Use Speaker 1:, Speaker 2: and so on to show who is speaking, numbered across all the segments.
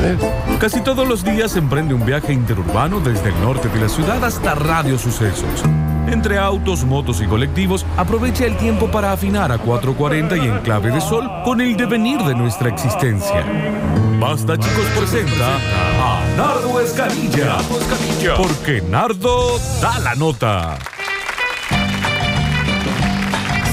Speaker 1: ver.
Speaker 2: Casi todos los días emprende un viaje interurbano desde el norte de la ciudad hasta Radio Sucesos. Entre autos, motos y colectivos, aprovecha el tiempo para afinar a 440 y en clave de sol con el devenir de nuestra existencia. Basta chicos presenta a Nardo Escanilla, porque Nardo da la nota.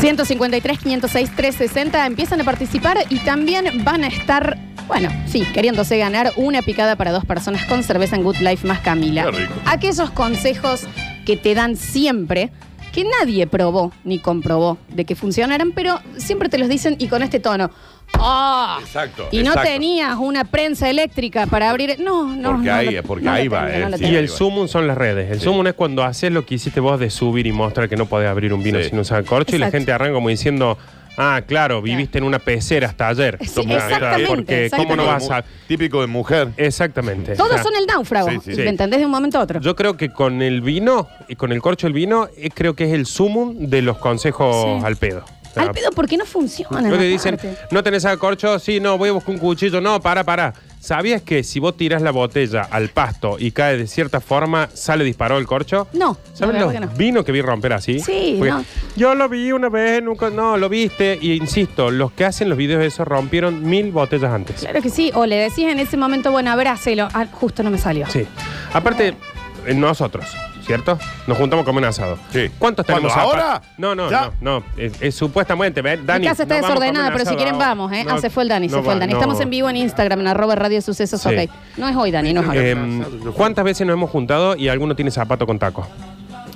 Speaker 3: 153, 506, 360 empiezan a participar y también van a estar, bueno, sí, queriéndose ganar una picada para dos personas con cerveza en Good Life más Camila.
Speaker 1: Qué rico.
Speaker 3: Aquellos consejos que te dan siempre, que nadie probó ni comprobó de que funcionaran, pero siempre te los dicen y con este tono. ¡Ah!
Speaker 1: Exacto,
Speaker 3: Y no
Speaker 1: exacto.
Speaker 3: tenías una prensa eléctrica para abrir. No, no.
Speaker 1: Porque
Speaker 3: no,
Speaker 1: ahí-
Speaker 3: no,
Speaker 1: porque
Speaker 3: no la
Speaker 1: ahí va,
Speaker 3: tengo, no
Speaker 1: eh,
Speaker 3: la
Speaker 1: sí.
Speaker 3: tengo.
Speaker 4: Y el zoom son las redes. El
Speaker 1: Sí.
Speaker 4: zoom es cuando haces lo que hiciste vos de subir y mostrar que no podés abrir un vino
Speaker 1: Sí.
Speaker 4: sin usar corcho y la
Speaker 3: Exacto.
Speaker 4: gente arranca como diciendo, ah, claro, viviste en una pecera hasta ayer.
Speaker 3: Sí,
Speaker 4: Como, claro,
Speaker 3: exactamente,
Speaker 4: Porque cómo
Speaker 3: exactamente.
Speaker 4: no vas a...
Speaker 1: Típico de mujer.
Speaker 4: Eh, Exactamente. O
Speaker 3: Todos
Speaker 4: sea,
Speaker 3: son el náufrago,
Speaker 1: Sí, sí,
Speaker 3: ¿me
Speaker 4: sí.
Speaker 3: entendés? De un momento a otro.
Speaker 4: Yo creo que con el vino y con el corcho del vino eh, creo que es el sumum de los consejos
Speaker 3: Sí.
Speaker 4: al pedo. O sea,
Speaker 3: Al pedo, ¿por qué no funciona?
Speaker 4: Lo
Speaker 3: aparte?
Speaker 4: que dicen, no tenés al corcho, sí, no, voy a buscar un cuchillo, no, para, para. ¿Sabías que si vos tirás la botella al pasto y cae de cierta forma, sale disparado el corcho?
Speaker 3: No,
Speaker 4: ¿Saben
Speaker 3: la
Speaker 4: los
Speaker 3: verdad que no.
Speaker 4: vinos que vi romper así?
Speaker 3: Sí, no.
Speaker 4: Yo lo vi una vez, nunca, no, lo viste. Y insisto, los que hacen los videos de eso rompieron mil botellas antes.
Speaker 3: Claro que sí, o le decís en ese momento, bueno, a ver, hacelo. Ah, justo no me salió.
Speaker 4: Sí. Aparte, eh, nosotros, ¿cierto? Nos juntamos a comer un asado.
Speaker 1: Sí.
Speaker 4: ¿Cuántos tenemos
Speaker 1: ¿Cuándo?
Speaker 4: apa-
Speaker 1: ¿Ahora?
Speaker 4: No, no,
Speaker 1: ¿Ya?
Speaker 4: no, no. Es, es supuestamente, ¿ven? Dani.
Speaker 3: Mi casa está
Speaker 4: no vamos a comer
Speaker 3: desordenada,
Speaker 4: un
Speaker 3: pero si
Speaker 4: asado
Speaker 3: quieren
Speaker 4: ahora.
Speaker 3: vamos, ¿eh?
Speaker 4: No,
Speaker 3: Ah, se fue el Dani, se
Speaker 4: no
Speaker 3: fue el
Speaker 4: va,
Speaker 3: Dani.
Speaker 4: no.
Speaker 3: Estamos en vivo en Instagram, en arroba Radio Sucesos,
Speaker 4: Sí.
Speaker 3: ok. No es hoy, Dani, no es hoy.
Speaker 4: Em, ¿Cuántas veces nos hemos juntado y alguno tiene zapato con taco?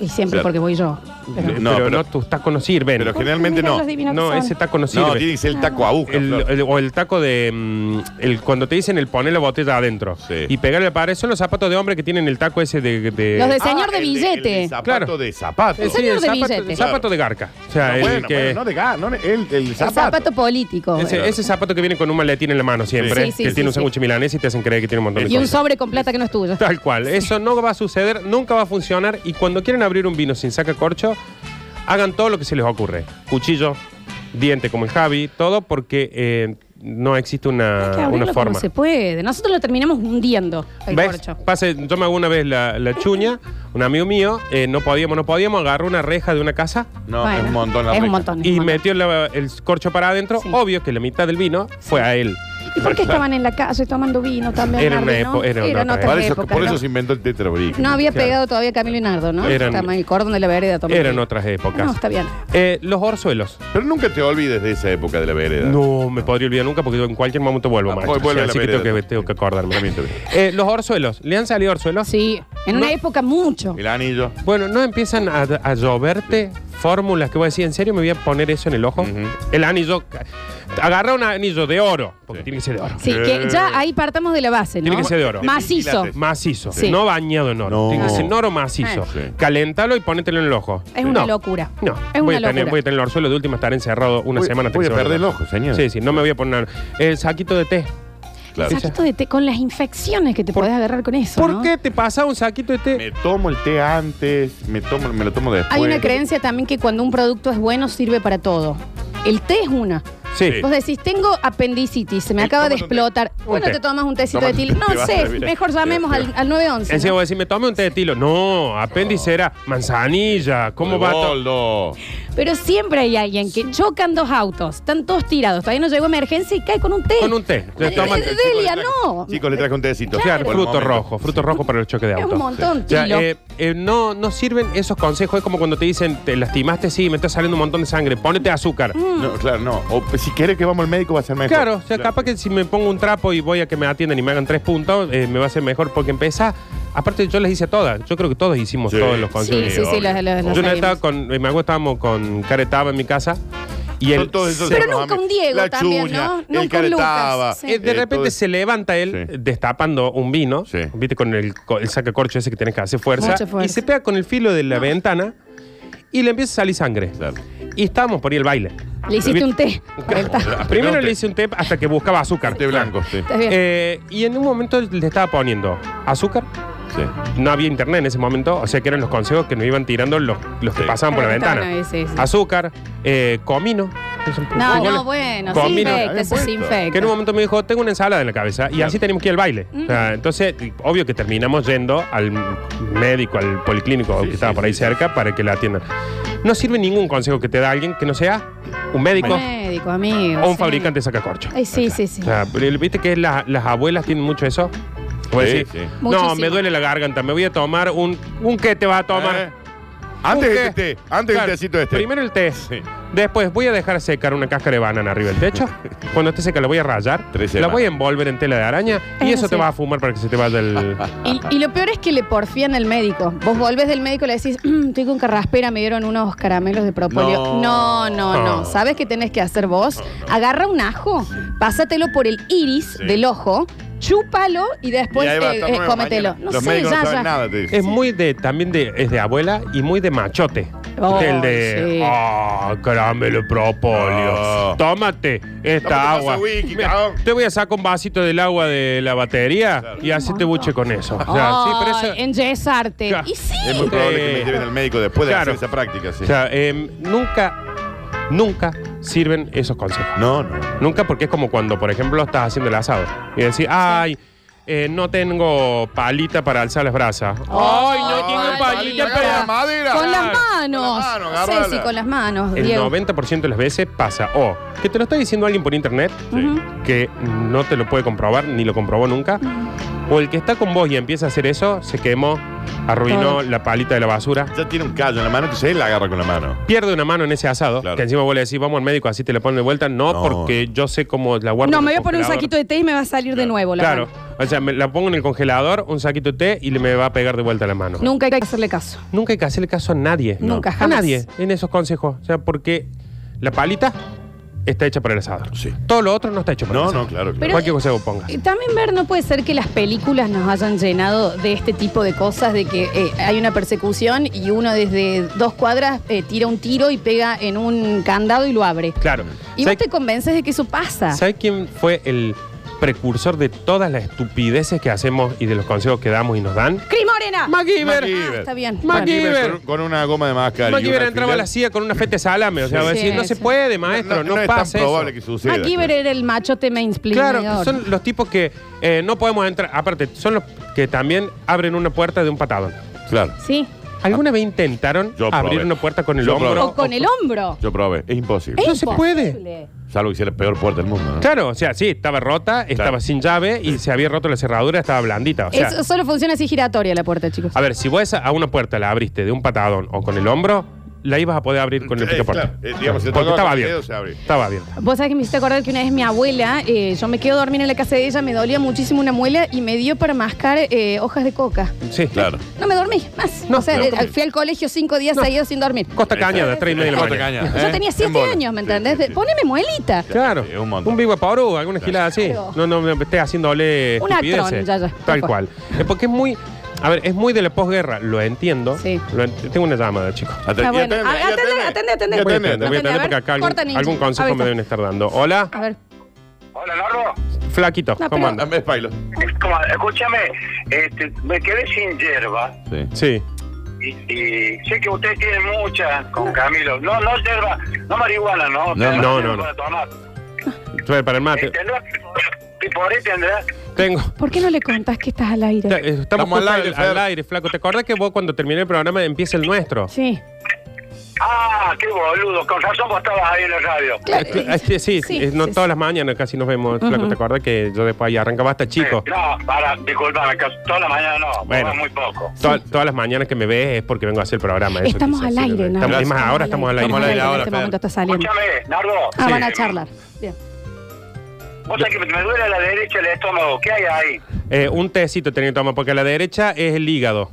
Speaker 3: y siempre
Speaker 1: claro.
Speaker 3: porque voy yo. Pero-
Speaker 1: No,
Speaker 4: No, pero,
Speaker 1: pero-
Speaker 4: no tus tacos no sirven.
Speaker 1: Pero
Speaker 3: ¿Por qué
Speaker 1: generalmente
Speaker 3: miras
Speaker 1: no.
Speaker 3: los Ah. divinos
Speaker 4: no,
Speaker 3: que son?
Speaker 4: ese taco no sirve.
Speaker 1: No, tiene que ser el taco a busca.
Speaker 4: El-
Speaker 1: Flor.
Speaker 4: el- o el taco de. mm, el, cuando te dicen el poner la botella adentro
Speaker 1: Sí.
Speaker 4: y pegarle al pared, son los zapatos de hombre que tienen el taco ese de. de-
Speaker 3: Los de
Speaker 1: Ah,
Speaker 3: señor de
Speaker 1: el
Speaker 3: billete.
Speaker 1: El, zapato
Speaker 4: Claro.
Speaker 1: de zapato.
Speaker 4: Sí,
Speaker 3: señor de
Speaker 4: zapato,
Speaker 3: billete.
Speaker 4: zapato de garca. O sea, el
Speaker 1: bueno,
Speaker 4: que.
Speaker 1: bueno, no de gas, no, el, el
Speaker 3: El
Speaker 1: zapato.
Speaker 3: zapato político.
Speaker 4: Ese, ese zapato que viene con un maletín en la mano siempre,
Speaker 3: Sí, sí,
Speaker 4: que
Speaker 3: sí,
Speaker 4: tiene un
Speaker 3: sí.
Speaker 4: sándwich milanés y te hacen creer que tiene un montón de
Speaker 3: y un
Speaker 4: cosas.
Speaker 3: sobre con plata que no es tuyo.
Speaker 4: Tal cual, eso no va a suceder, nunca va a funcionar y cuando quieren abrir un vino sin sacacorcho, hagan todo lo que se les ocurre. Cuchillo, diente como el Javi, todo porque eh, no existe
Speaker 3: Hay que
Speaker 4: una,
Speaker 3: abrirlo
Speaker 4: una forma.
Speaker 3: como se puede. Nosotros lo terminamos hundiendo el
Speaker 4: ¿Ves?
Speaker 3: corcho.
Speaker 4: Pase- yo me hago una vez la, la chuña, un amigo mío, eh, no podíamos, no podíamos, agarró una reja de una casa
Speaker 1: No,
Speaker 3: Bueno,
Speaker 1: es un montón. la
Speaker 3: Es un
Speaker 1: rica.
Speaker 3: montón. es un
Speaker 4: y
Speaker 3: montón.
Speaker 4: metió la- el corcho para adentro.
Speaker 3: Sí.
Speaker 4: Obvio que la mitad del vino fue a él.
Speaker 3: ¿Y por qué estaban en la calle tomando vino también?
Speaker 4: Era una
Speaker 3: Nardi, ¿no?
Speaker 4: epo- era una
Speaker 3: Eran
Speaker 4: otra
Speaker 3: otras
Speaker 1: Por eso,
Speaker 3: épocas,
Speaker 1: por eso
Speaker 3: ¿no?
Speaker 1: se inventó el tetrabric.
Speaker 3: No había pegado todavía Camilo y Nardo, ¿no?
Speaker 4: Eran-
Speaker 3: Estaba en el cordón de la vereda tomando.
Speaker 4: Eran
Speaker 3: vino. Ah,
Speaker 4: otras épocas.
Speaker 3: No, está bien.
Speaker 4: Eh, los orzuelos.
Speaker 1: Pero nunca te olvides de esa época de la vereda.
Speaker 4: No, me podría olvidar nunca porque yo en cualquier momento vuelvo,
Speaker 1: Ah,
Speaker 4: maestro.
Speaker 1: vuelve
Speaker 4: Sí,
Speaker 1: a la
Speaker 4: así que
Speaker 1: vereda.
Speaker 4: tengo que, tengo que acordarme.
Speaker 1: También te olvidas.
Speaker 4: Eh, los orzuelos. ¿Le han salido orzuelos?
Speaker 3: Sí, en una
Speaker 4: No.
Speaker 3: época mucho.
Speaker 1: El anillo.
Speaker 4: Bueno, ¿no empiezan a, a lloverte fórmulas que voy a decir, ¿en serio me voy a poner eso en el ojo?
Speaker 1: Ujú.
Speaker 4: El anillo. Agarra un anillo de oro, porque
Speaker 1: Sí.
Speaker 4: tiene que ser de oro.
Speaker 3: Sí, que ya ahí partamos de la base, ¿no?
Speaker 4: Eh, Tiene que ser de oro.
Speaker 3: Macizo.
Speaker 1: De
Speaker 4: Macizo,
Speaker 3: Sí.
Speaker 4: no bañado en oro.
Speaker 1: No.
Speaker 4: Tiene que ser en oro macizo.
Speaker 3: Eh.
Speaker 1: Sí.
Speaker 4: Calentalo y ponételo en el ojo.
Speaker 3: Es una
Speaker 4: No.
Speaker 3: locura.
Speaker 4: No,
Speaker 3: Es
Speaker 4: voy,
Speaker 3: una
Speaker 4: a tener,
Speaker 3: locura.
Speaker 4: voy a tener el orzuelo de última estar encerrado una
Speaker 1: Voy-
Speaker 4: semana.
Speaker 1: voy a
Speaker 4: tres
Speaker 1: perder el
Speaker 4: semanas.
Speaker 1: ojo, señor.
Speaker 4: Sí, sí, no me voy a poner nada. El saquito de té.
Speaker 1: Claro.
Speaker 3: Saquito de té con las infecciones que te podés agarrar con eso.
Speaker 4: ¿Por
Speaker 3: ¿no?
Speaker 4: qué te pasa un saquito de té?
Speaker 1: Me tomo el té antes, me, tomo, me lo tomo después.
Speaker 3: Hay una creencia también que cuando un producto es bueno sirve para todo. El té es una.
Speaker 4: Sí.
Speaker 1: Sí.
Speaker 3: Vos decís, tengo apendicitis, se me
Speaker 1: Eh,
Speaker 3: acaba de
Speaker 1: tómate un té.
Speaker 3: explotar.
Speaker 4: Un
Speaker 3: bueno,
Speaker 4: té.
Speaker 3: te tomas un tecito
Speaker 1: Tómate
Speaker 3: de
Speaker 1: un
Speaker 3: til.
Speaker 1: té,
Speaker 3: No
Speaker 1: vas a
Speaker 3: sé,
Speaker 1: vivir.
Speaker 3: mejor llamemos al, al
Speaker 4: Encima
Speaker 3: 911.
Speaker 4: vos decís, me tomé un té de tilo. No, apéndice era manzanilla. ¿Cómo va todo?
Speaker 1: todo?
Speaker 3: ¿no? Pero siempre hay alguien que chocan dos autos, están todos tirados, todavía no llegó emergencia y cae con un té.
Speaker 4: Con un té. Le
Speaker 3: Eh,
Speaker 4: toman-
Speaker 3: eh, Delia, no.
Speaker 1: Chicos, le traje un tecito.
Speaker 4: Claro,
Speaker 1: Por el
Speaker 4: fruto
Speaker 1: momento.
Speaker 4: rojo, fruto rojo para el choque de
Speaker 3: Es
Speaker 4: auto.
Speaker 3: un montón,
Speaker 4: Ya,
Speaker 3: Tilo.
Speaker 4: eh, eh, no, no sirven esos consejos. Es como cuando te dicen, te lastimaste, sí, me está saliendo un montón de sangre, ponete azúcar.
Speaker 1: No, claro, no. O pues, si quieres que vamos al médico va a ser mejor.
Speaker 4: Mm, Claro, o sea, capaz que si me pongo un trapo y voy a que me atiendan y me hagan tres puntos, eh, me va a ser mejor porque empieza. Aparte, yo les hice a todas. Yo creo que todos hicimos
Speaker 1: Sí.
Speaker 4: todos los consejos.
Speaker 3: Sí, sí, sí,
Speaker 1: obvio.
Speaker 3: las- las- las
Speaker 4: Yo no estaba
Speaker 3: seguimos.
Speaker 4: con, eh, me acuerdo, estábamos con Caretaba en mi casa y
Speaker 1: Son
Speaker 4: él
Speaker 1: todos esos
Speaker 3: Pero
Speaker 1: temas,
Speaker 3: nunca un
Speaker 1: mami.
Speaker 3: Diego
Speaker 1: La
Speaker 3: también,
Speaker 1: chuña,
Speaker 3: ¿no? Nunca un
Speaker 1: El caretaba.
Speaker 3: Lucas, sí.
Speaker 4: Eh, de
Speaker 1: Eh, todo
Speaker 4: repente
Speaker 1: eso.
Speaker 4: se levanta él eh,
Speaker 1: Sí.
Speaker 4: destapando un vino,
Speaker 1: Sí.
Speaker 4: viste, con el, co- el sacacorcho ese que tenés que hacer fuerza,
Speaker 3: Mucha fuerza.
Speaker 4: y se pega con el filo de la ventana y le empieza a salir sangre.
Speaker 1: Claro.
Speaker 4: Y estábamos por ahí el baile.
Speaker 3: Le hiciste un té.
Speaker 4: Primero le hice un té hasta que buscaba azúcar.
Speaker 1: Té blanco, sí.
Speaker 3: Está bien.
Speaker 4: Eh, y en un momento le estaba poniendo azúcar.
Speaker 1: Sí.
Speaker 4: No había internet en ese momento, o sea que eran los consejos que nos iban tirando los, los que
Speaker 1: Sí.
Speaker 4: pasaban por la
Speaker 3: Estaban
Speaker 4: ventana.
Speaker 3: ahí, sí, sí.
Speaker 4: Azúcar, eh, comino.
Speaker 3: No,
Speaker 4: Igual-
Speaker 3: no, bueno, se
Speaker 4: Combina-
Speaker 3: infecta, se
Speaker 1: Bien puesto.
Speaker 3: desinfecta.
Speaker 4: que en un momento me dijo, tengo una ensalada en la cabeza y
Speaker 1: Claro. Mm.
Speaker 4: así tenemos que ir al baile. O sea, entonces, y- obvio que terminamos yendo al médico, al policlínico
Speaker 1: Sí,
Speaker 4: que estaba
Speaker 1: sí,
Speaker 4: por ahí
Speaker 1: sí,
Speaker 4: cerca para que la atiendan. No sirve ningún consejo que te da alguien que no sea un médico
Speaker 3: Médico, amigo.
Speaker 4: o un
Speaker 3: sí.
Speaker 4: fabricante de sacacorcho.
Speaker 3: Ay, sí, sí, sí.
Speaker 4: O sea, pero viste que la- las abuelas tienen mucho eso. Vos
Speaker 1: Sí,
Speaker 4: decís,
Speaker 1: sí.
Speaker 3: Muchísimo.
Speaker 4: No, me duele la garganta, me voy a tomar un... ¿Un qué te vas a tomar?
Speaker 1: Eh, Antes
Speaker 4: Un
Speaker 1: del
Speaker 4: té.
Speaker 1: té, antes del
Speaker 4: Claro,
Speaker 1: tecito este.
Speaker 4: Primero el té.
Speaker 1: Sí.
Speaker 4: Después voy a dejar secar una cáscara de banana arriba del techo. Cuando esté seca la voy a rayar.
Speaker 1: Tres
Speaker 4: la
Speaker 1: semanas.
Speaker 4: voy a envolver en tela de araña. Y
Speaker 3: Es
Speaker 4: eso te
Speaker 3: así.
Speaker 4: vas a fumar para que se te vaya el...
Speaker 3: Y, y lo peor es que le porfían al médico. Vos volvés del médico y le decís, "Mm, estoy con carraspera, me dieron unos caramelos de propóleo. No,
Speaker 1: No. Ah.
Speaker 3: no, no.
Speaker 4: No.
Speaker 3: ¿Sabes qué tenés que hacer vos? Agarra un ajo, pásatelo por el iris
Speaker 1: Sí.
Speaker 3: del ojo, chúpalo y después
Speaker 1: Y ahí va a
Speaker 3: eh,
Speaker 1: estar
Speaker 3: eh,
Speaker 1: nueve
Speaker 3: cómetelo.
Speaker 1: mañana.
Speaker 3: No
Speaker 1: Los
Speaker 3: sé,
Speaker 1: médicos
Speaker 3: ya,
Speaker 1: no saben
Speaker 3: ya.
Speaker 1: nada, te
Speaker 4: Es
Speaker 1: dicen.
Speaker 4: muy de... También de, es de abuela y muy de machote.
Speaker 3: Oh,
Speaker 4: el de...
Speaker 3: sí.
Speaker 4: Ah, caramelo propóleo.
Speaker 1: No.
Speaker 4: Tómate
Speaker 1: No,
Speaker 4: esta
Speaker 1: ¿qué te
Speaker 4: agua.
Speaker 1: pasa, Wiki,
Speaker 4: Mira,
Speaker 1: cabrón?
Speaker 4: te voy a sacar un vasito del agua de la batería
Speaker 1: Claro.
Speaker 4: y hacete buche con eso. O sea, sí, pero
Speaker 3: Ay,
Speaker 4: eso-
Speaker 3: enyesarte.
Speaker 4: Claro.
Speaker 3: Y sí.
Speaker 1: Es muy probable
Speaker 4: Eh,
Speaker 1: que me lleven al médico después de
Speaker 4: claro.
Speaker 1: hacer esa práctica, sí.
Speaker 4: O sea, em, nunca, nunca sirven esos consejos.
Speaker 1: no, no.
Speaker 4: Nunca porque es como cuando, por ejemplo, estás haciendo el asado y decís, ay, eh, no tengo palita para alzar las brasas.
Speaker 3: Oh,
Speaker 4: ay, no
Speaker 3: ay,
Speaker 4: tengo
Speaker 3: palita.
Speaker 4: palita
Speaker 1: Agarra
Speaker 4: para...
Speaker 1: la madera.
Speaker 3: Con las
Speaker 1: Con
Speaker 4: Claro.
Speaker 3: manos.
Speaker 1: las manos,
Speaker 3: sí,
Speaker 1: agárrala.
Speaker 3: sí, con las manos,
Speaker 4: El
Speaker 3: Diego.
Speaker 4: 90% de las veces pasa o que te lo está diciendo alguien por internet,
Speaker 3: Ujú.
Speaker 4: que no te lo puede comprobar, ni lo comprobó nunca, o el que está con vos y empieza a hacer eso, se quemó, arruinó
Speaker 3: Todo.
Speaker 4: la palita de la basura.
Speaker 1: Ya tiene un callo en la mano, entonces él la agarra con la mano.
Speaker 4: pierde una mano en ese asado,
Speaker 1: Claro.
Speaker 4: que encima vos le decís, vamos al médico, así te le ponen de vuelta. No,
Speaker 1: No.
Speaker 4: porque yo sé cómo la guardo.
Speaker 3: No,
Speaker 4: en
Speaker 3: me
Speaker 4: el
Speaker 3: voy a poner un
Speaker 4: congelador.
Speaker 3: saquito de té y me va a salir de nuevo la
Speaker 4: Claro.
Speaker 3: mano.
Speaker 4: O sea, me la pongo en el congelador, un saquito de té y le me va a pegar de vuelta la mano.
Speaker 3: Nunca hay que hacerle caso.
Speaker 4: Nunca hay que hacerle caso a nadie.
Speaker 3: No. Nunca,
Speaker 4: A
Speaker 3: jamás.
Speaker 4: nadie en esos consejos. O sea, porque la palita está hecha para el asado.
Speaker 1: Sí.
Speaker 4: Todo lo otro no está hecho para el
Speaker 1: No,
Speaker 4: asado.
Speaker 1: no, claro. claro.
Speaker 3: Pero-
Speaker 4: Cualquier cosa que pongas.
Speaker 3: Y También ver, no puede ser que las películas nos hayan llenado de este tipo de cosas, de que eh, hay una persecución y uno desde dos cuadras eh, tira un tiro y pega en un candado y lo abre.
Speaker 4: Claro.
Speaker 3: Y vos
Speaker 4: ¿Sabes
Speaker 3: te convences de que eso pasa.
Speaker 4: ¿sabes quién fue el precursor de todas las estupideces que hacemos y de los consejos que damos y nos dan?
Speaker 3: ¡Cris Morena!
Speaker 4: MacGyver.
Speaker 1: MacGyver.
Speaker 3: Ah, está bien.
Speaker 4: Maggie-
Speaker 1: Con-
Speaker 4: MacGyver.
Speaker 1: Con, una goma de máscara. y
Speaker 4: MacGyver
Speaker 1: un
Speaker 4: entraba a la
Speaker 1: alfiler.
Speaker 4: silla con una feta de salame. O sea,
Speaker 1: Sí.
Speaker 4: va a decir,
Speaker 3: Sí,
Speaker 4: no se
Speaker 3: sí.
Speaker 4: puede, maestro, no,
Speaker 1: es
Speaker 4: pasa
Speaker 1: tan probable
Speaker 4: eso.
Speaker 1: que suceda.
Speaker 3: Bueno, MacGyver era el machote mainsplinador.
Speaker 4: Claro, son los tipos que eh, no podemos entrar. Aparte, son los que también abren una puerta de un patadón.
Speaker 1: Claro.
Speaker 3: Sí.
Speaker 4: ¿Alguna vez intentaron
Speaker 1: Yo probé.
Speaker 4: abrir una puerta con el
Speaker 1: Yo
Speaker 4: hombro?
Speaker 1: probé.
Speaker 3: O con el hombro.
Speaker 1: Yo probé. Es imposible.
Speaker 4: No se puede.
Speaker 3: Imposible.
Speaker 1: Salvo que sea la peor puerta del mundo, ¿no?
Speaker 4: Claro, o sea, sí, estaba rota, estaba sin llave y se había roto la cerradura, estaba blandita. O sea,
Speaker 3: Eso solo funciona así giratoria la puerta, chicos.
Speaker 4: a ver, si vos a una puerta la abriste de un patadón o con el hombro, la ibas a poder abrir con el
Speaker 1: Eh,
Speaker 4: picaporte.
Speaker 1: claro. Eh, digamos, si te
Speaker 4: Porque
Speaker 1: tocaba
Speaker 4: estaba
Speaker 1: con el dedo,
Speaker 4: abierta.
Speaker 1: se abre.
Speaker 4: Estaba abierta.
Speaker 3: Vos sabés que me hiciste acordar que una vez mi abuela, eh, yo me quedo a dormir en la casa de ella, me dolía muchísimo una muela y me dio para mascar eh, hojas de coca.
Speaker 4: Sí,
Speaker 1: Claro.
Speaker 3: No me dormí más.
Speaker 4: No,
Speaker 3: o sea,
Speaker 4: no
Speaker 3: de-
Speaker 4: comí.
Speaker 3: fui al colegio cinco días seguidos sin dormir.
Speaker 4: Costa Cañada, tres y media de la
Speaker 1: Corta
Speaker 4: mañana.
Speaker 1: caña,
Speaker 3: Yo
Speaker 1: ¿eh?
Speaker 3: tenía
Speaker 1: En
Speaker 3: siete
Speaker 1: bola.
Speaker 3: años, ¿me
Speaker 1: Sí,
Speaker 3: entendés?
Speaker 1: sí,
Speaker 3: De-
Speaker 1: sí.
Speaker 3: Poneme muelita.
Speaker 4: Claro.
Speaker 1: Sí, un
Speaker 4: un
Speaker 1: montón.
Speaker 4: un Big Vaporú, alguna gilada así.
Speaker 3: Claro.
Speaker 4: No, no me estés haciéndole
Speaker 3: Un
Speaker 4: estupideces.
Speaker 3: actrón, ya, ya.
Speaker 4: Tal
Speaker 3: Fue.
Speaker 4: cual. Es porque es muy. A ver, es muy de la posguerra, lo entiendo.
Speaker 3: Sí.
Speaker 4: Lo ent- tengo una llamada, chicos.
Speaker 1: Atende,
Speaker 3: Ah, bueno.
Speaker 1: atende,
Speaker 3: Ah, atende,
Speaker 1: atende.
Speaker 3: atende, atende.
Speaker 1: Y
Speaker 4: Voy
Speaker 1: atende,
Speaker 4: a atender, voy a
Speaker 3: atende,
Speaker 4: atender
Speaker 3: a ver,
Speaker 4: porque acá
Speaker 3: corta,
Speaker 4: algún,
Speaker 3: ninja.
Speaker 4: algún
Speaker 3: A
Speaker 4: consejo
Speaker 3: ver,
Speaker 4: me deben estar dando. Hola,
Speaker 3: A ver,
Speaker 5: Hola, Nardo.
Speaker 4: Flaquito,
Speaker 3: Ah. No,
Speaker 4: ¿cómo
Speaker 3: pero-
Speaker 4: andas?
Speaker 1: Dame el pailo.
Speaker 5: ¿Cómo- Escúchame, este, me quedé sin hierba
Speaker 1: Sí.
Speaker 4: Sí.
Speaker 5: y, y sé que ustedes tienen mucha con Camilo. No, no hierba, no marihuana, ¿no?
Speaker 1: No,
Speaker 5: Hierba
Speaker 4: no, no,
Speaker 5: para
Speaker 4: no.
Speaker 5: tomar.
Speaker 4: Trae Para el mate.
Speaker 5: Eh, ¿Tendrás y por ahí tendrás?
Speaker 4: Tengo.
Speaker 3: ¿por qué no le contás que estás al
Speaker 4: Está-
Speaker 3: aire?
Speaker 4: eh, Estamos,
Speaker 1: Estamos al
Speaker 4: justo
Speaker 1: aire,
Speaker 4: al, al
Speaker 1: Fer.
Speaker 4: aire, flaco. ¿Te acordás que vos cuando terminé el programa empieza el nuestro?
Speaker 3: Sí.
Speaker 5: Ah, qué boludo, con razón vos estabas ahí en la radio.
Speaker 3: Claro,
Speaker 4: Eh, eh, Sí, sí,
Speaker 3: sí,
Speaker 4: eh, no
Speaker 3: sí,
Speaker 4: todas las mañanas casi nos vemos, flaco. ¿Te acordás que yo después ahí arrancaba hasta chico?
Speaker 5: Eh, no, para, disculpame, que toda la mañana no,
Speaker 4: Bueno.
Speaker 5: bueno. muy poco.
Speaker 4: Toda- Todas las mañanas que me ves es porque vengo a hacer el programa. eso
Speaker 3: Estamos
Speaker 4: quise
Speaker 3: al
Speaker 4: decir.
Speaker 3: aire, ¿no?
Speaker 4: Estamos- es más, ahora estamos al aire.
Speaker 1: Estamos al aire
Speaker 3: En
Speaker 1: ahora,
Speaker 3: este
Speaker 1: Fer.
Speaker 3: momento está saliendo.
Speaker 5: Escúchame, Nardo.
Speaker 3: Ah, van a
Speaker 5: Sí.
Speaker 3: charlar. Bien.
Speaker 5: Vos sabés que me duele la derecha el estómago, ¿qué hay ahí?
Speaker 4: Eh, un tecito tenía que tomar, porque a la derecha es el hígado.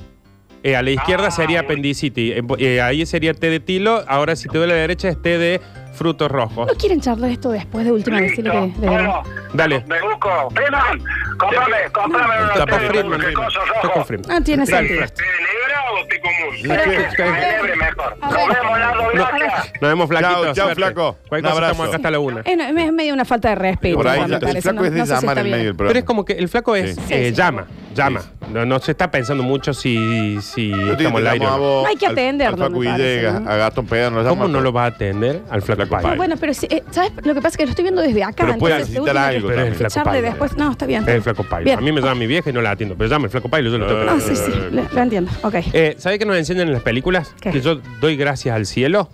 Speaker 4: Eh, a la izquierda
Speaker 5: Ah,
Speaker 4: sería
Speaker 5: bueno.
Speaker 4: apendicitis. Eh, po- eh, ahí sería té de tilo. Ahora, si te duele la derecha, es té de frutos rojos.
Speaker 3: ¿No quieren charlar esto después de última? Decirle que de verdad.
Speaker 5: bueno,
Speaker 4: Dale.
Speaker 5: Me busco. Freeman, cómprame, cómprame unos
Speaker 1: Está con
Speaker 5: tenis,
Speaker 1: Friedman,
Speaker 5: unos
Speaker 1: Friedman.
Speaker 5: cosos
Speaker 4: Esto es con
Speaker 5: rojos.
Speaker 4: Freeman.
Speaker 3: No Ah, tiene
Speaker 4: Dale,
Speaker 3: sentido.
Speaker 4: Flaco.
Speaker 5: ¿Te libra Eh, o te común?
Speaker 4: Pero-
Speaker 5: Libre mejor.
Speaker 3: A
Speaker 5: Nos
Speaker 3: ver.
Speaker 5: vemos, Nardo,
Speaker 4: No.
Speaker 5: gracias.
Speaker 4: Nos vemos, flaquito.
Speaker 1: Chao, chao,
Speaker 4: suerte.
Speaker 1: flaco.
Speaker 4: Cualquier
Speaker 1: Un
Speaker 4: cosa,
Speaker 1: abrazo.
Speaker 4: estamos acá hasta la una.
Speaker 3: Es, una- es medio una falta de respeto.
Speaker 1: Por ahí
Speaker 3: me
Speaker 1: el
Speaker 3: parece,
Speaker 1: flaco
Speaker 3: no-
Speaker 1: es de
Speaker 3: no sé si
Speaker 1: llamar
Speaker 3: está
Speaker 1: en
Speaker 3: bien.
Speaker 1: medio del
Speaker 4: Pero es
Speaker 1: programa.
Speaker 4: como que el flaco es
Speaker 1: Sí.
Speaker 4: eh,
Speaker 3: Sí, sí.
Speaker 4: llama, llama.
Speaker 1: Sí.
Speaker 4: No, no se está pensando mucho si, si
Speaker 1: Yo te-
Speaker 4: estamos
Speaker 1: te
Speaker 4: al aire.
Speaker 1: llamo
Speaker 4: o
Speaker 1: a
Speaker 4: no.
Speaker 1: vos,
Speaker 3: No hay que
Speaker 1: al-
Speaker 3: atenderlo,
Speaker 1: al Facu
Speaker 3: me parece,
Speaker 1: Villegas,
Speaker 3: ¿no?
Speaker 1: a Gastón Pedro, nos
Speaker 4: ¿Cómo
Speaker 1: llama-
Speaker 4: no lo va a atender al
Speaker 1: Flaco
Speaker 4: flaco Pai?
Speaker 1: Pai.
Speaker 3: Bueno, pero si- eh, ¿sabes? Lo que pasa es que lo estoy viendo desde acá.
Speaker 1: Pero puede
Speaker 3: entonces, de
Speaker 1: necesitar
Speaker 3: última
Speaker 1: algo
Speaker 4: Pero es
Speaker 1: también.
Speaker 4: el flaco
Speaker 3: Charle
Speaker 4: Pai.
Speaker 3: después. No, está bien.
Speaker 4: Es Eh, el flaco Pai.
Speaker 3: Bien.
Speaker 4: A mí me llama mi vieja y no la atiendo, pero llama el flaco Pai, yo lo tengo que
Speaker 3: Ah,
Speaker 4: atender.
Speaker 3: sí, sí, lo, lo entiendo. Ok.
Speaker 4: Eh, ¿Sabés qué nos enseñan en las películas?
Speaker 3: ¿Qué?
Speaker 4: Que yo doy gracias al cielo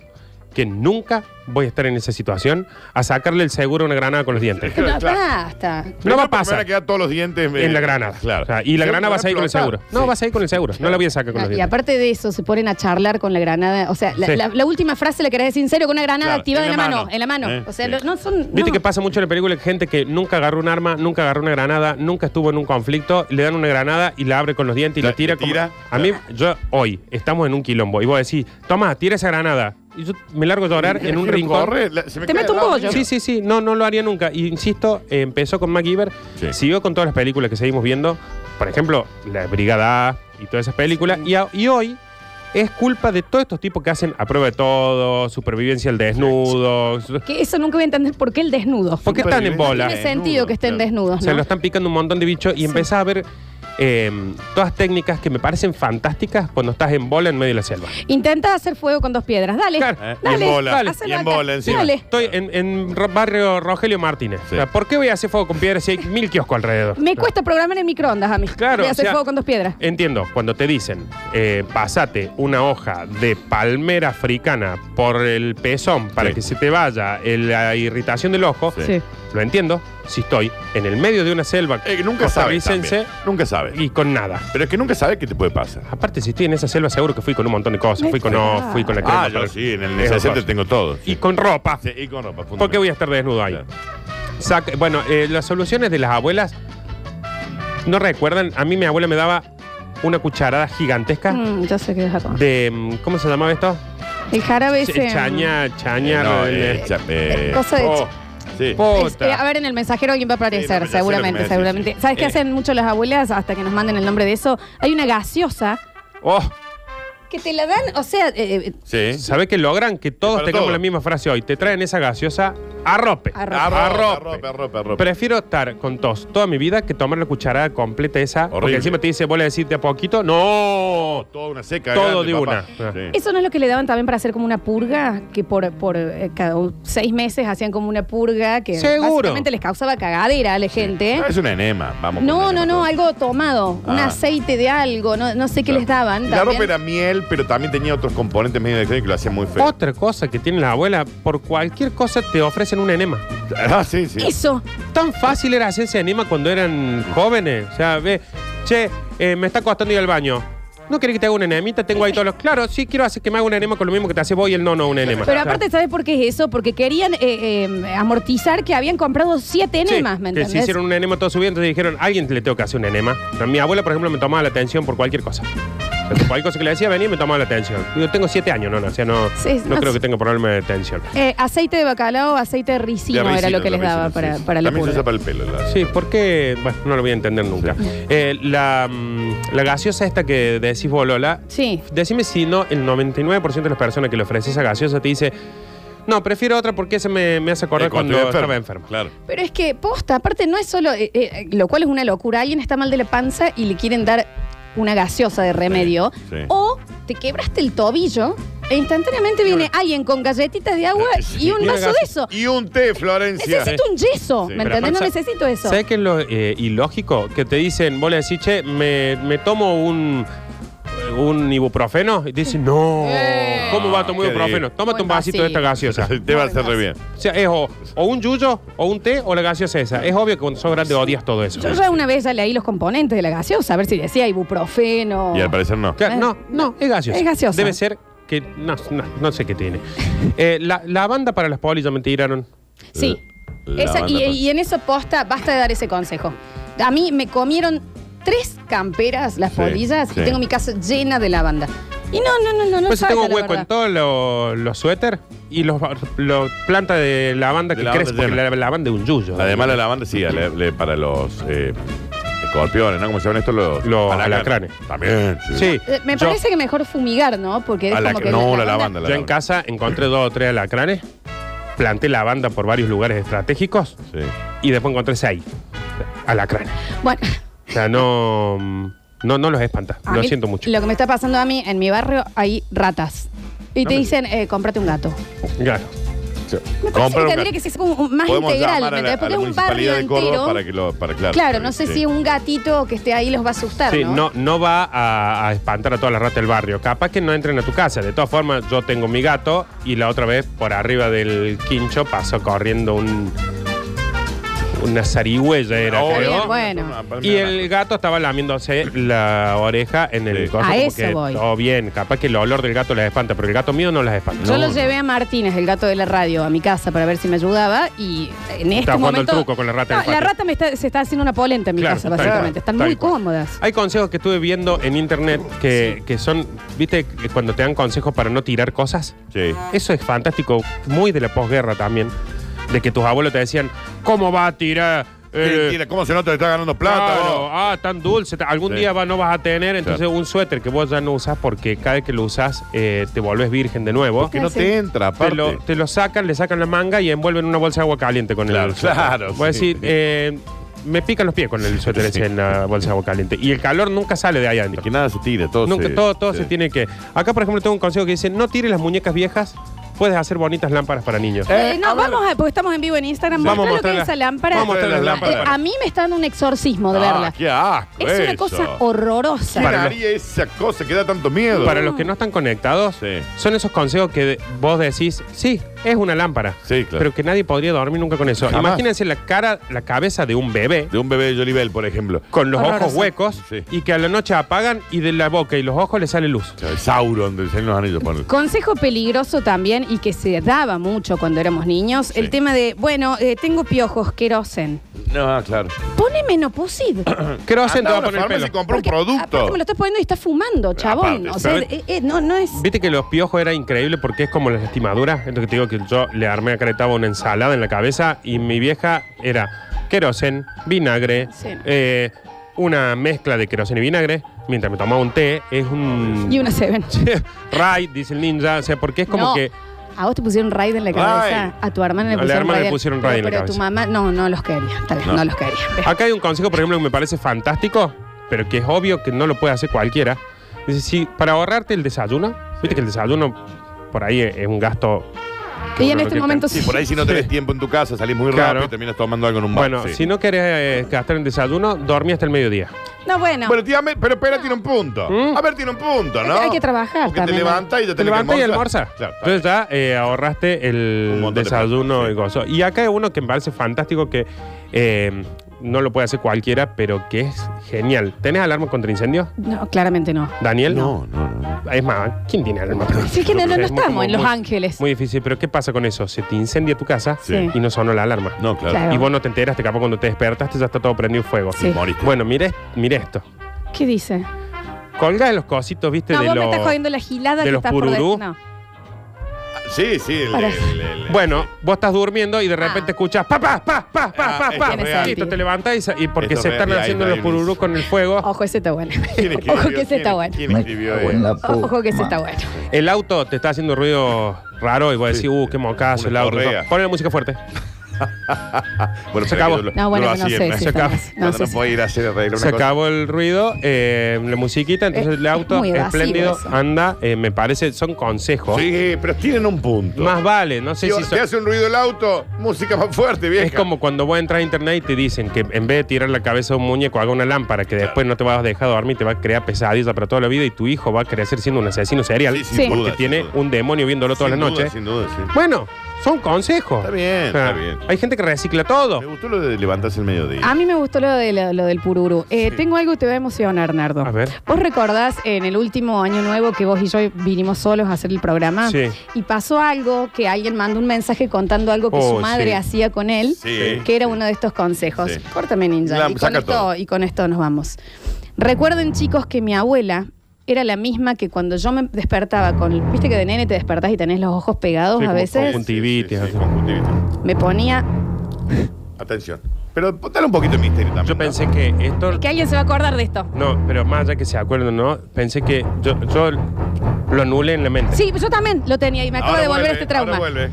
Speaker 4: que nunca voy a estar en esa situación a sacarle el seguro a una granada con los dientes.
Speaker 3: No,
Speaker 1: claro.
Speaker 3: basta.
Speaker 4: No va a
Speaker 1: Primero, me
Speaker 4: pasar
Speaker 1: Van a quedar todos los dientes eh,
Speaker 4: en la granada.
Speaker 1: Claro.
Speaker 4: O sea, y la
Speaker 1: Yo
Speaker 4: granada
Speaker 1: me
Speaker 4: vas a ir con el
Speaker 1: explotar.
Speaker 4: seguro. No,
Speaker 1: Sí.
Speaker 4: vas a ir con el seguro. No la voy a sacar con los
Speaker 3: y
Speaker 4: dientes.
Speaker 3: aparte de eso, se ponen a charlar con la granada. O sea, la,
Speaker 4: Sí.
Speaker 3: la- la última frase la querés decir en serio con una granada
Speaker 1: Claro,
Speaker 3: activada en la mano. En la mano.
Speaker 1: Eh,
Speaker 3: O sea,
Speaker 1: sí.
Speaker 3: lo- no son.
Speaker 4: Viste
Speaker 3: no.
Speaker 4: que pasa mucho en la película que gente que nunca agarró un arma, nunca agarró una granada, nunca estuvo en un conflicto, le dan una granada y la abre con los dientes y
Speaker 1: La-
Speaker 4: la tira.
Speaker 1: la tira.
Speaker 4: como- a mí, yo hoy estamos en un quilombo y vos decís, toma, tira esa granada. Y yo me largo a llorar en un
Speaker 1: Quiero
Speaker 4: rincón.
Speaker 1: correr, la- se me
Speaker 3: Te
Speaker 1: cae
Speaker 3: meto
Speaker 1: al
Speaker 3: un
Speaker 1: lado.
Speaker 3: bollo.
Speaker 4: Sí, sí, sí. No, no lo haría nunca. Y insisto, eh, empezó con MacGyver,
Speaker 1: Sí.
Speaker 4: siguió con todas las películas que seguimos viendo. Por ejemplo, La Brigada A y todas esas películas. Y, a- y hoy es culpa de todos estos tipos que hacen a prueba de todo, supervivencia al desnudo. su-
Speaker 3: Que eso nunca voy a entender por qué el desnudo.
Speaker 4: ¿Por qué están en bola?
Speaker 3: Tiene sentido que estén
Speaker 1: Claro.
Speaker 3: desnudos,
Speaker 4: Se
Speaker 3: ¿no?
Speaker 4: lo están picando un montón de bichos y empezás a ver eh, todas técnicas que me parecen fantásticas cuando estás en bola en medio de la selva.
Speaker 3: Intenta hacer fuego con dos piedras. Dale.
Speaker 4: Claro.
Speaker 1: Eh, y
Speaker 3: Dale.
Speaker 1: en bola.
Speaker 3: dale.
Speaker 1: Y
Speaker 3: Hacelo
Speaker 1: en
Speaker 3: acá.
Speaker 1: bola encima.
Speaker 3: Dale.
Speaker 4: Estoy en, en ro- barrio Rogelio Martínez.
Speaker 1: Sí.
Speaker 4: O sea, ¿Por qué voy a hacer fuego con piedra si hay mil kioscos alrededor?
Speaker 3: Me cuesta programar en microondas a mí.
Speaker 4: Claro,
Speaker 3: Voy a hacer
Speaker 4: o sea,
Speaker 3: fuego con dos piedras.
Speaker 1: eh,
Speaker 4: Entiendo, cuando te dicen, eh, pasate una hoja de palmera africana por el pezón para
Speaker 1: Sí.
Speaker 4: que se te vaya el- la irritación del ojo,
Speaker 1: Sí.
Speaker 4: lo entiendo si estoy en el medio de una selva
Speaker 1: Eh, que nunca sabes.
Speaker 4: costarricense
Speaker 1: también. Nunca sabes.
Speaker 4: y con nada.
Speaker 1: Pero es que nunca sabes qué te puede pasar.
Speaker 4: Aparte, si estoy en esa selva, seguro que fui con un montón de cosas. Fui con
Speaker 3: Mentira.
Speaker 4: no, fui con la crema.
Speaker 1: Ah, yo
Speaker 4: para-
Speaker 1: sí, en el
Speaker 4: Esas
Speaker 1: necesito
Speaker 4: cosas.
Speaker 1: tengo todo.
Speaker 4: Y con ropa.
Speaker 1: Sí, y con ropa. Eh,
Speaker 4: ¿Por qué voy a estar desnudo ahí?
Speaker 1: Claro.
Speaker 4: Saca- bueno, eh, las soluciones de las abuelas no recuerdan. A mí mi abuela me daba una cucharada gigantesca
Speaker 3: Mm, ya sé qué es acá.
Speaker 4: de. mm, ¿Cómo se llamaba esto?
Speaker 3: El jarabe
Speaker 4: Ch-
Speaker 3: ese. mm,
Speaker 4: Chaña, chaña.
Speaker 1: No,
Speaker 4: eh,
Speaker 1: eh, cha- eh,
Speaker 3: cosa de-
Speaker 1: oh, sí.
Speaker 3: es- eh, a
Speaker 4: Puta.
Speaker 3: ver, en el mensajero alguien va a
Speaker 1: Sí, no,
Speaker 3: aparecer,
Speaker 1: pero ya sé lo que me
Speaker 3: seguramente,
Speaker 1: decís,
Speaker 3: seguramente.
Speaker 1: sí.
Speaker 3: ¿Sabes qué
Speaker 1: Eh.
Speaker 3: hacen mucho las abuelas hasta que nos manden el nombre de eso? Hay una gaseosa
Speaker 4: Oh,
Speaker 3: que te la dan, o sea, eh,
Speaker 1: Sí.
Speaker 4: ¿Sabes qué logran? Que todos
Speaker 1: Para
Speaker 4: tengamos
Speaker 1: todo.
Speaker 4: la misma frase hoy. Te traen esa gaseosa arrope.
Speaker 3: Arrope.
Speaker 1: Arrope,
Speaker 4: Arrope.
Speaker 1: arrope, arrope, arrope.
Speaker 4: Prefiero estar con tos toda mi vida que tomar la cucharada completa esa. Porque
Speaker 1: Horrible.
Speaker 4: encima te dice, vos le decís de a poquito. ¡No!
Speaker 1: Toda una seca.
Speaker 4: Todo
Speaker 1: grande,
Speaker 4: de
Speaker 1: papá.
Speaker 4: una. Ah.
Speaker 1: Sí.
Speaker 3: eso no es lo que le daban también para hacer como una purga, que por, por eh, cada un- seis meses hacían como una purga que
Speaker 4: Seguro.
Speaker 3: básicamente les causaba cagadera a la gente.
Speaker 1: No, Ah, es un enema. Vamos. con
Speaker 3: No,
Speaker 1: un
Speaker 3: no,
Speaker 1: enema
Speaker 3: no,
Speaker 1: todo.
Speaker 3: algo tomado, un
Speaker 1: Ah.
Speaker 3: aceite de algo, no, no sé qué
Speaker 1: Claro.
Speaker 3: les daban.
Speaker 1: La
Speaker 3: también.
Speaker 1: ropa era miel, pero también tenía otros componentes medio de que lo hacía muy feo.
Speaker 4: Otra cosa que tienen las abuelas, por cualquier cosa te ofrecen un enema.
Speaker 1: Ah, sí, sí.
Speaker 3: Eso,
Speaker 4: Tan fácil era hacerse enema cuando eran jóvenes. O sea, ve, che, eh, me está costando ir al baño. ¿No querés que te haga un enemita? Tengo ahí todos los. Claro, sí quiero hacer que me haga un enema con lo mismo que te hace vos y el no, no, un enema.
Speaker 3: pero
Speaker 4: O sea,
Speaker 3: aparte, ¿sabes por qué es eso? Porque querían eh, eh, amortizar que habían comprado siete
Speaker 4: sí,
Speaker 3: enemas, ¿me
Speaker 4: que
Speaker 3: entendés?
Speaker 4: se hicieron un enema todo su vida, entonces dijeron, alguien le tengo que hacer un enema. A mi abuela, por ejemplo, me tomaba la atención por cualquier cosa. O sea, por cualquier cosa que le decía, venía y me tomaba la atención. Yo tengo siete años, no, no, o sea, no,
Speaker 3: Sí,
Speaker 4: no
Speaker 3: no
Speaker 4: creo
Speaker 3: sé.
Speaker 4: que tenga problema de tensión.
Speaker 3: Eh, aceite de bacalao, aceite de
Speaker 1: De
Speaker 3: ricino, era
Speaker 1: ricino,
Speaker 3: lo que
Speaker 1: de
Speaker 3: les daba
Speaker 1: ricino,
Speaker 3: para,
Speaker 1: sí, sí.
Speaker 3: para la
Speaker 1: También se
Speaker 3: purga.
Speaker 1: usa para el pelo. la-
Speaker 4: Sí, porque, bueno, no lo voy a entender nunca. Eh, la, mm, la gaseosa esta que decís vos, Lola,
Speaker 3: Sí.
Speaker 4: decime si no, el 99% de las personas que le ofreces esa gaseosa te dice, no, prefiero otra porque esa me, me hace acordar
Speaker 1: Eh,
Speaker 4: cuando,
Speaker 1: estoy
Speaker 4: estaba enfermo.
Speaker 1: Claro.
Speaker 3: Pero es que, posta, aparte no es solo, eh, eh, lo cual es una locura, alguien está mal de la panza y le quieren dar una gaseosa de remedio,
Speaker 1: sí.
Speaker 3: o te quebraste el tobillo e instantáneamente viene alguien con galletitas de agua
Speaker 1: Eh, Sí,
Speaker 3: y un
Speaker 4: y una
Speaker 3: vaso de eso.
Speaker 1: Y un té, Florencia.
Speaker 3: Necesito un yeso,
Speaker 1: Sí.
Speaker 3: ¿me
Speaker 1: Pero
Speaker 3: entendés? No
Speaker 4: aparte,
Speaker 3: necesito eso.
Speaker 4: ¿Sabes qué es lo eh, ilógico? Que te dicen, vos le decís, che, me, me tomo un, un ibuprofeno y te dicen, no,
Speaker 3: Eh.
Speaker 4: ¿cómo va a tomar
Speaker 1: Qué
Speaker 4: ibuprofeno?
Speaker 1: bien.
Speaker 4: Tómate
Speaker 3: Buen
Speaker 4: un vasito de esta
Speaker 3: vasito.
Speaker 4: gaseosa.
Speaker 1: El té va a hacer re bien.
Speaker 4: O sea, es o, o un yuyo, o un té, o la gaseosa esa. Es obvio que cuando sos grande odias todo eso.
Speaker 3: Yo ya una vez ya leí los componentes de la gaseosa, a ver si decía ibuprofeno.
Speaker 1: Y al parecer no.
Speaker 4: Claro, no, no, es gaseosa.
Speaker 3: Eh. Es gaseosa.
Speaker 4: Debe ser que. No, no, no sé qué tiene. Eh, la, la banda para las polillas me tiraron.
Speaker 3: Sí.
Speaker 1: La
Speaker 3: Esa- y,
Speaker 1: banda-
Speaker 3: y en eso posta, basta de dar ese consejo. A mí me comieron tres camperas las
Speaker 1: Sí,
Speaker 3: polillas y
Speaker 1: sí.
Speaker 3: tengo mi casa llena de lavanda. Y no, no, no, no, no.
Speaker 4: Pues
Speaker 3: falta,
Speaker 4: tengo
Speaker 3: la
Speaker 4: hueco en
Speaker 3: verdad.
Speaker 4: todos los los suéter y los, los plantas de lavanda
Speaker 1: De
Speaker 4: que
Speaker 1: lavanda
Speaker 4: crece, porque
Speaker 1: llena.
Speaker 4: la lavanda es un yuyo.
Speaker 1: Además, la lavanda, sí, le- le- para los eh, escorpiones, ¿no? ¿Cómo se llaman estos? Los,
Speaker 4: Los alacranes.
Speaker 1: También.
Speaker 4: Sí.
Speaker 3: Eh, Me
Speaker 4: Yo-
Speaker 3: parece que mejor fumigar, ¿no? Porque es
Speaker 1: Alac-
Speaker 3: como que.
Speaker 1: no, la lavanda.
Speaker 4: Yo en casa encontré dos o tres alacranes, planté lavanda por varios lugares estratégicos
Speaker 1: Sí.
Speaker 4: y después encontré seis alacranes.
Speaker 3: Bueno,
Speaker 4: O sea, no. mm, No, no los espanta.
Speaker 3: A
Speaker 4: Lo
Speaker 3: mí,
Speaker 4: siento mucho.
Speaker 3: Lo que me está pasando a mí, en mi barrio hay ratas. Y
Speaker 4: No
Speaker 3: te
Speaker 4: me-
Speaker 3: dicen, eh, cómprate un gato.
Speaker 4: Claro.
Speaker 3: Me parece
Speaker 1: Comprar
Speaker 3: que
Speaker 1: un
Speaker 3: tendría
Speaker 1: gato.
Speaker 3: que ser como un- más
Speaker 1: Podemos
Speaker 3: integral.
Speaker 1: llamar a
Speaker 3: ¿me entendés?
Speaker 1: la, a la
Speaker 3: Porque un barrio
Speaker 1: municipalidad de Córdoba
Speaker 3: entero.
Speaker 1: para que lo. Para, claro,
Speaker 3: Claro, no sé
Speaker 1: sí.
Speaker 3: si un gatito que esté ahí los va a asustar.
Speaker 4: Sí,
Speaker 3: ¿no?
Speaker 4: no, no va a, a espantar a todas las ratas del barrio. Capaz que no entren a tu casa. De todas formas, yo tengo mi gato y la otra vez por arriba del quincho pasó corriendo un. Una zarigüeya era,
Speaker 1: Ahora,
Speaker 4: creo.
Speaker 3: bien, bueno.
Speaker 4: Y el gato estaba lamiéndose la oreja en el
Speaker 1: Sí.
Speaker 4: coso,
Speaker 3: A
Speaker 4: como
Speaker 3: eso
Speaker 4: que
Speaker 3: voy.
Speaker 4: Todo bien, capaz que el olor del gato las espanta, pero el gato mío no las espanta.
Speaker 3: Yo
Speaker 1: No,
Speaker 3: lo
Speaker 1: no.
Speaker 3: llevé a Martínez, el gato de la radio, a mi casa para ver si me ayudaba y en este
Speaker 4: jugando
Speaker 3: momento...
Speaker 4: el truco con la rata
Speaker 3: No,
Speaker 4: del
Speaker 3: la
Speaker 4: patio.
Speaker 3: rata me está- se está haciendo una polenta en mi
Speaker 4: Claro,
Speaker 3: casa,
Speaker 4: tal
Speaker 3: básicamente.
Speaker 4: cual,
Speaker 3: Están
Speaker 4: tal
Speaker 3: muy
Speaker 4: cual.
Speaker 3: cómodas.
Speaker 4: Hay consejos que estuve viendo en internet que, que son, viste, que cuando te dan consejos para no tirar cosas.
Speaker 1: Sí.
Speaker 4: Eso es fantástico, muy de la posguerra también. De que tus abuelos te decían, ¿cómo va a tirar?
Speaker 1: ¿Qué
Speaker 4: eh,
Speaker 1: tira? ¿Cómo se nota que está ganando plata?
Speaker 4: claro,
Speaker 1: bro?
Speaker 4: ah, tan dulce. ta- Algún
Speaker 1: Sí.
Speaker 4: día va- no vas a tener entonces
Speaker 1: Claro.
Speaker 4: un suéter que vos ya no usas porque cada vez que lo usas eh, te volvés virgen de nuevo.
Speaker 1: Que no
Speaker 3: Sí.
Speaker 1: te entra,
Speaker 4: Te
Speaker 1: aparte.
Speaker 4: lo, te lo sacan, le sacan la manga y envuelven una bolsa de agua caliente con
Speaker 1: Claro,
Speaker 4: el suéter.
Speaker 1: claro,
Speaker 4: Voy a
Speaker 1: sí.
Speaker 4: decir, eh, me pican los pies con el suéter ese
Speaker 1: Sí.
Speaker 4: en la bolsa de agua caliente. Y el calor nunca sale de ahí adentro.
Speaker 1: Que nada se tire, todo
Speaker 4: Nunca,
Speaker 1: se,
Speaker 4: todo todo se tiene que. Acá, por ejemplo, tengo un consejo que dice: no tires las muñecas viejas, puedes hacer bonitas lámparas para niños.
Speaker 3: Eh, no, vamos a, porque estamos en vivo en Instagram.
Speaker 4: Sí.
Speaker 3: Vamos
Speaker 4: Vamos a
Speaker 3: lo que es
Speaker 4: mostrarla.
Speaker 3: esa lámpara.
Speaker 1: Vamos a mostrar las
Speaker 3: Eh,
Speaker 1: lámparas.
Speaker 3: a mí me está dando un exorcismo de
Speaker 1: Ah,
Speaker 3: verla.
Speaker 1: ¡Qué asco!
Speaker 3: Es una
Speaker 1: eso.
Speaker 3: cosa horrorosa.
Speaker 1: ¿Quién
Speaker 4: Para los-
Speaker 1: haría esa cosa que da tanto miedo?
Speaker 4: Para los que no están conectados,
Speaker 1: Sí.
Speaker 4: son esos consejos que de- vos decís: sí, es una lámpara.
Speaker 1: Sí, claro.
Speaker 4: Pero que nadie podría dormir nunca con eso.
Speaker 1: Jamás.
Speaker 4: Imagínense la cara, la cabeza de un bebé.
Speaker 1: De un bebé de Jolibel, por ejemplo.
Speaker 4: Con los
Speaker 3: Horroroso.
Speaker 4: ojos huecos
Speaker 1: Sí.
Speaker 4: y que a la noche apagan y de la boca y los ojos le sale luz.
Speaker 1: O sea, Sauron del Señor de los Anillos, ponle.
Speaker 3: Consejo peligroso también y que se daba mucho cuando éramos niños, el tema de, bueno, eh, tengo piojos, querosen.
Speaker 1: No, ah, claro.
Speaker 3: Pone menoposid.
Speaker 4: Querosene te
Speaker 1: Anda a una
Speaker 4: va a poner el
Speaker 1: farmacia
Speaker 4: pelo.
Speaker 1: y compra un
Speaker 3: Porque, ah,
Speaker 1: producto.
Speaker 3: aparte me lo estás poniendo y está fumando, chabón.
Speaker 1: Aparte,
Speaker 3: o sea,
Speaker 4: ¿sabes?
Speaker 3: eh, eh, no, no es.
Speaker 4: Viste que los piojos era increíble porque es como las lastimaduras. Entonces te digo que yo le armé a Caretaba una ensalada en la cabeza y mi vieja era querosen, vinagre,
Speaker 3: Sí.
Speaker 4: eh, una mezcla de querosen y vinagre. Mientras me tomaba un té, es un.
Speaker 3: Y una Seven.
Speaker 4: Ray, dice el ninja. O sea, porque es como
Speaker 3: No,
Speaker 4: que.
Speaker 3: A vos te pusieron raid en la cabeza.
Speaker 1: Raid.
Speaker 3: A tu hermana le
Speaker 4: A la
Speaker 3: pusieron
Speaker 4: hermana le
Speaker 3: raid.
Speaker 4: pusieron raid en la
Speaker 3: pero tu
Speaker 4: cabeza.
Speaker 3: mamá, no, no los quería. Tal vez no,
Speaker 1: No.
Speaker 3: los quería.
Speaker 4: Acá hay un consejo, por ejemplo, que me parece fantástico, pero que es obvio que no lo puede hacer cualquiera. Dice, si para ahorrarte el desayuno, viste que el desayuno por ahí es es un gasto. que
Speaker 3: Y en
Speaker 4: uno no
Speaker 3: este
Speaker 4: quiere
Speaker 3: momento sí.
Speaker 1: Sí, por ahí si no tenés tiempo en tu casa, salís muy
Speaker 4: Claro.
Speaker 1: rápido y terminas tomando algo en un bar.
Speaker 4: Bueno,
Speaker 1: sí.
Speaker 4: si no querés eh, gastar en desayuno, dormí hasta el mediodía.
Speaker 3: No, bueno.
Speaker 1: Pero, tía, me- pero espera, tiene un punto.
Speaker 4: ¿Mm?
Speaker 1: A ver, tiene un punto, ¿no?
Speaker 3: Hay que trabajar
Speaker 1: Porque
Speaker 3: también,
Speaker 1: te
Speaker 3: ¿no?
Speaker 1: levantás y ya
Speaker 4: Te
Speaker 1: tenés que
Speaker 4: levantas y
Speaker 1: almorzar.
Speaker 4: almorzás.
Speaker 1: Claro, está
Speaker 4: Entonces ya eh, ahorraste
Speaker 1: Un
Speaker 4: el
Speaker 1: montón de
Speaker 4: desayuno
Speaker 1: plata,
Speaker 4: y gozo. Y acá hay uno que me parece fantástico que eh, no lo puede hacer cualquiera, pero que es genial. ¿Tenés alarma contra incendio?
Speaker 3: No, claramente no.
Speaker 4: Daniel.
Speaker 1: No, no, no.
Speaker 4: Es más, ¿quién tiene alarma contra
Speaker 3: Sí, que no, no, no
Speaker 4: Es muy-
Speaker 3: estamos
Speaker 4: muy-
Speaker 3: en Los
Speaker 4: muy-
Speaker 3: Ángeles.
Speaker 4: Muy difícil, pero ¿qué pasa con eso? Se te incendia tu casa
Speaker 3: Sí.
Speaker 4: y no sonó la alarma.
Speaker 1: No, claro.
Speaker 3: Claro.
Speaker 4: Y vos no te enteraste, capaz cuando te despertaste ya está todo prendido fuego.
Speaker 3: Sí.
Speaker 1: Moriste.
Speaker 4: Bueno, mire, mire esto.
Speaker 3: ¿Qué dice?
Speaker 4: Colgá de los cositos, viste,
Speaker 3: No,
Speaker 4: este de
Speaker 3: vos me
Speaker 4: los-
Speaker 3: estás jodiendo la gilada
Speaker 4: de
Speaker 3: que
Speaker 4: los
Speaker 3: estás por
Speaker 4: pururú.
Speaker 3: decir. No.
Speaker 1: Sí, sí. el-
Speaker 3: Para-
Speaker 1: el- el-
Speaker 4: Bueno, vos estás durmiendo y de
Speaker 3: Ah.
Speaker 4: repente escuchas pa, pa, pa, pa, pa,
Speaker 1: Ah,
Speaker 4: pa,
Speaker 1: esto
Speaker 4: pa.
Speaker 1: es Tiene
Speaker 3: real.
Speaker 4: Listo, te levantás y, sa- y porque
Speaker 1: Esto
Speaker 4: se
Speaker 1: es
Speaker 4: están
Speaker 1: real, ahí
Speaker 4: haciendo
Speaker 1: no hay
Speaker 4: los pururú
Speaker 1: un-
Speaker 4: con el fuego.
Speaker 3: Ojo, ese está bueno.
Speaker 1: ¿quién escribió-
Speaker 3: Ojo que ese
Speaker 1: quién-
Speaker 3: está bueno.
Speaker 1: ¿Quién escribió
Speaker 6: Cago en
Speaker 1: eso?
Speaker 6: la
Speaker 3: Ojo que ese
Speaker 6: puta.
Speaker 3: está bueno.
Speaker 4: El auto te está haciendo ruido raro y vos decís, uh, qué mocazo
Speaker 1: Una
Speaker 4: el auto.
Speaker 1: correa.
Speaker 4: Ponle la música fuerte.
Speaker 1: Bueno,
Speaker 4: Se
Speaker 1: pero
Speaker 4: acabó.
Speaker 1: que
Speaker 3: No, bueno,
Speaker 1: lo
Speaker 3: no
Speaker 1: hacían,
Speaker 3: sé
Speaker 1: ¿no?
Speaker 3: si
Speaker 4: se
Speaker 3: está
Speaker 4: acaba.
Speaker 3: más. No,
Speaker 1: Cuando
Speaker 3: sé
Speaker 1: no
Speaker 3: si-
Speaker 1: puede ir a hacer arreglar
Speaker 4: Se
Speaker 1: una cosa.
Speaker 4: acabó el ruido, eh, la musiquita, entonces
Speaker 3: Eh,
Speaker 4: el auto
Speaker 3: es muy evasivo
Speaker 4: espléndido
Speaker 3: eso.
Speaker 4: anda, eh, me parece, son consejos.
Speaker 1: Sí, pero tienen un punto.
Speaker 4: Más vale, no sé
Speaker 1: Digo,
Speaker 4: si
Speaker 1: Te
Speaker 4: son-
Speaker 1: hace un ruido el auto, música más fuerte, vieja.
Speaker 4: es como cuando vos entras a internet y te dicen que en vez de tirar la cabeza a un muñeco, haga una lámpara que después no te vas a dejar dormir, te va a crear pesadilla para toda la vida y tu hijo va a crecer siendo un asesino serial
Speaker 1: Sí, sin
Speaker 3: Sí.
Speaker 1: duda,
Speaker 4: porque
Speaker 1: sin
Speaker 4: tiene
Speaker 1: duda.
Speaker 4: un demonio viéndolo todas
Speaker 1: Sin
Speaker 4: las
Speaker 1: duda,
Speaker 4: noches.
Speaker 1: Sin duda, sí.
Speaker 4: Bueno, son consejos. Ah,
Speaker 1: Está bien, está bien.
Speaker 4: Hay gente que recicla todo.
Speaker 1: Me gustó lo de levantarse el mediodía.
Speaker 3: A mí me gustó lo, de, lo, lo del pururu. Eh, Tengo algo que te va a emocionar, Nardo.
Speaker 4: A ver.
Speaker 3: ¿Vos recordás en el último año nuevo que vos y yo vinimos solos a hacer el programa?
Speaker 4: Sí.
Speaker 3: Y pasó algo que alguien mandó un mensaje contando algo que su
Speaker 4: Oh,
Speaker 3: madre
Speaker 4: sí.
Speaker 3: hacía con él,
Speaker 1: Sí.
Speaker 3: que era uno de estos consejos.
Speaker 1: Sí.
Speaker 3: Córtame, ninja.
Speaker 1: La-
Speaker 3: y, con
Speaker 1: saca
Speaker 3: esto,
Speaker 1: todo.
Speaker 3: y con esto nos vamos. Recuerden, chicos, que mi abuela era la misma que cuando yo me despertaba con. Viste que de nene te despertás y tenés los ojos pegados
Speaker 4: Sí,
Speaker 3: a
Speaker 4: como
Speaker 3: veces.
Speaker 4: conjuntivo. conjuntivitis,
Speaker 1: Sí, sí,
Speaker 4: así.
Speaker 1: conjuntivitis.
Speaker 3: Me ponía.
Speaker 1: Atención. Pero dale un poquito de misterio también.
Speaker 4: Yo
Speaker 1: ¿no?
Speaker 4: pensé que esto...
Speaker 3: Que alguien se va a acordar de esto.
Speaker 4: No, pero más allá que se acuerden, ¿no? Pensé que yo, yo lo anulé en la mente.
Speaker 3: Sí, yo también lo tenía y me acaba
Speaker 1: Ahora
Speaker 3: de volver
Speaker 1: vuelve,
Speaker 3: este trauma.
Speaker 1: ahora vuelve.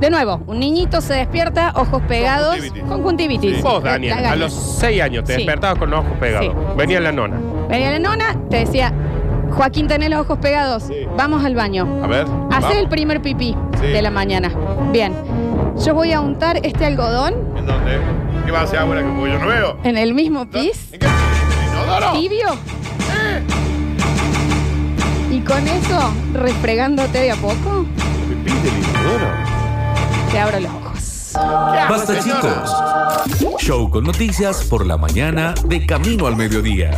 Speaker 3: De nuevo, un niñito se despierta, ojos pegados,
Speaker 1: Conjuntivitis.
Speaker 3: conjuntivitis.
Speaker 1: Sí.
Speaker 4: Vos,
Speaker 3: La-
Speaker 4: Daniel,
Speaker 3: la gana.
Speaker 4: a los seis años te
Speaker 3: Sí.
Speaker 4: despertabas con los ojos pegados.
Speaker 3: Sí.
Speaker 4: Venía la nona.
Speaker 3: Venía la nona, te decía, Joaquín, tenés los ojos pegados,
Speaker 1: Sí.
Speaker 3: vamos al baño.
Speaker 1: A ver.
Speaker 3: Hacé el primer pipí
Speaker 1: Sí.
Speaker 3: de la mañana. Bien. Yo voy a untar este algodón
Speaker 1: ¿En dónde? ¿Qué va a hacer abuela que yo no Eh. veo?
Speaker 3: en el mismo pis,
Speaker 1: ¿En qué? ¿En inodoro?
Speaker 3: tibio. Y con eso, refregándote de a poco,
Speaker 1: ¿Pipí del inodoro?
Speaker 3: te abro los ojos.
Speaker 2: Basta chicos. Show con noticias por la mañana de camino al mediodía.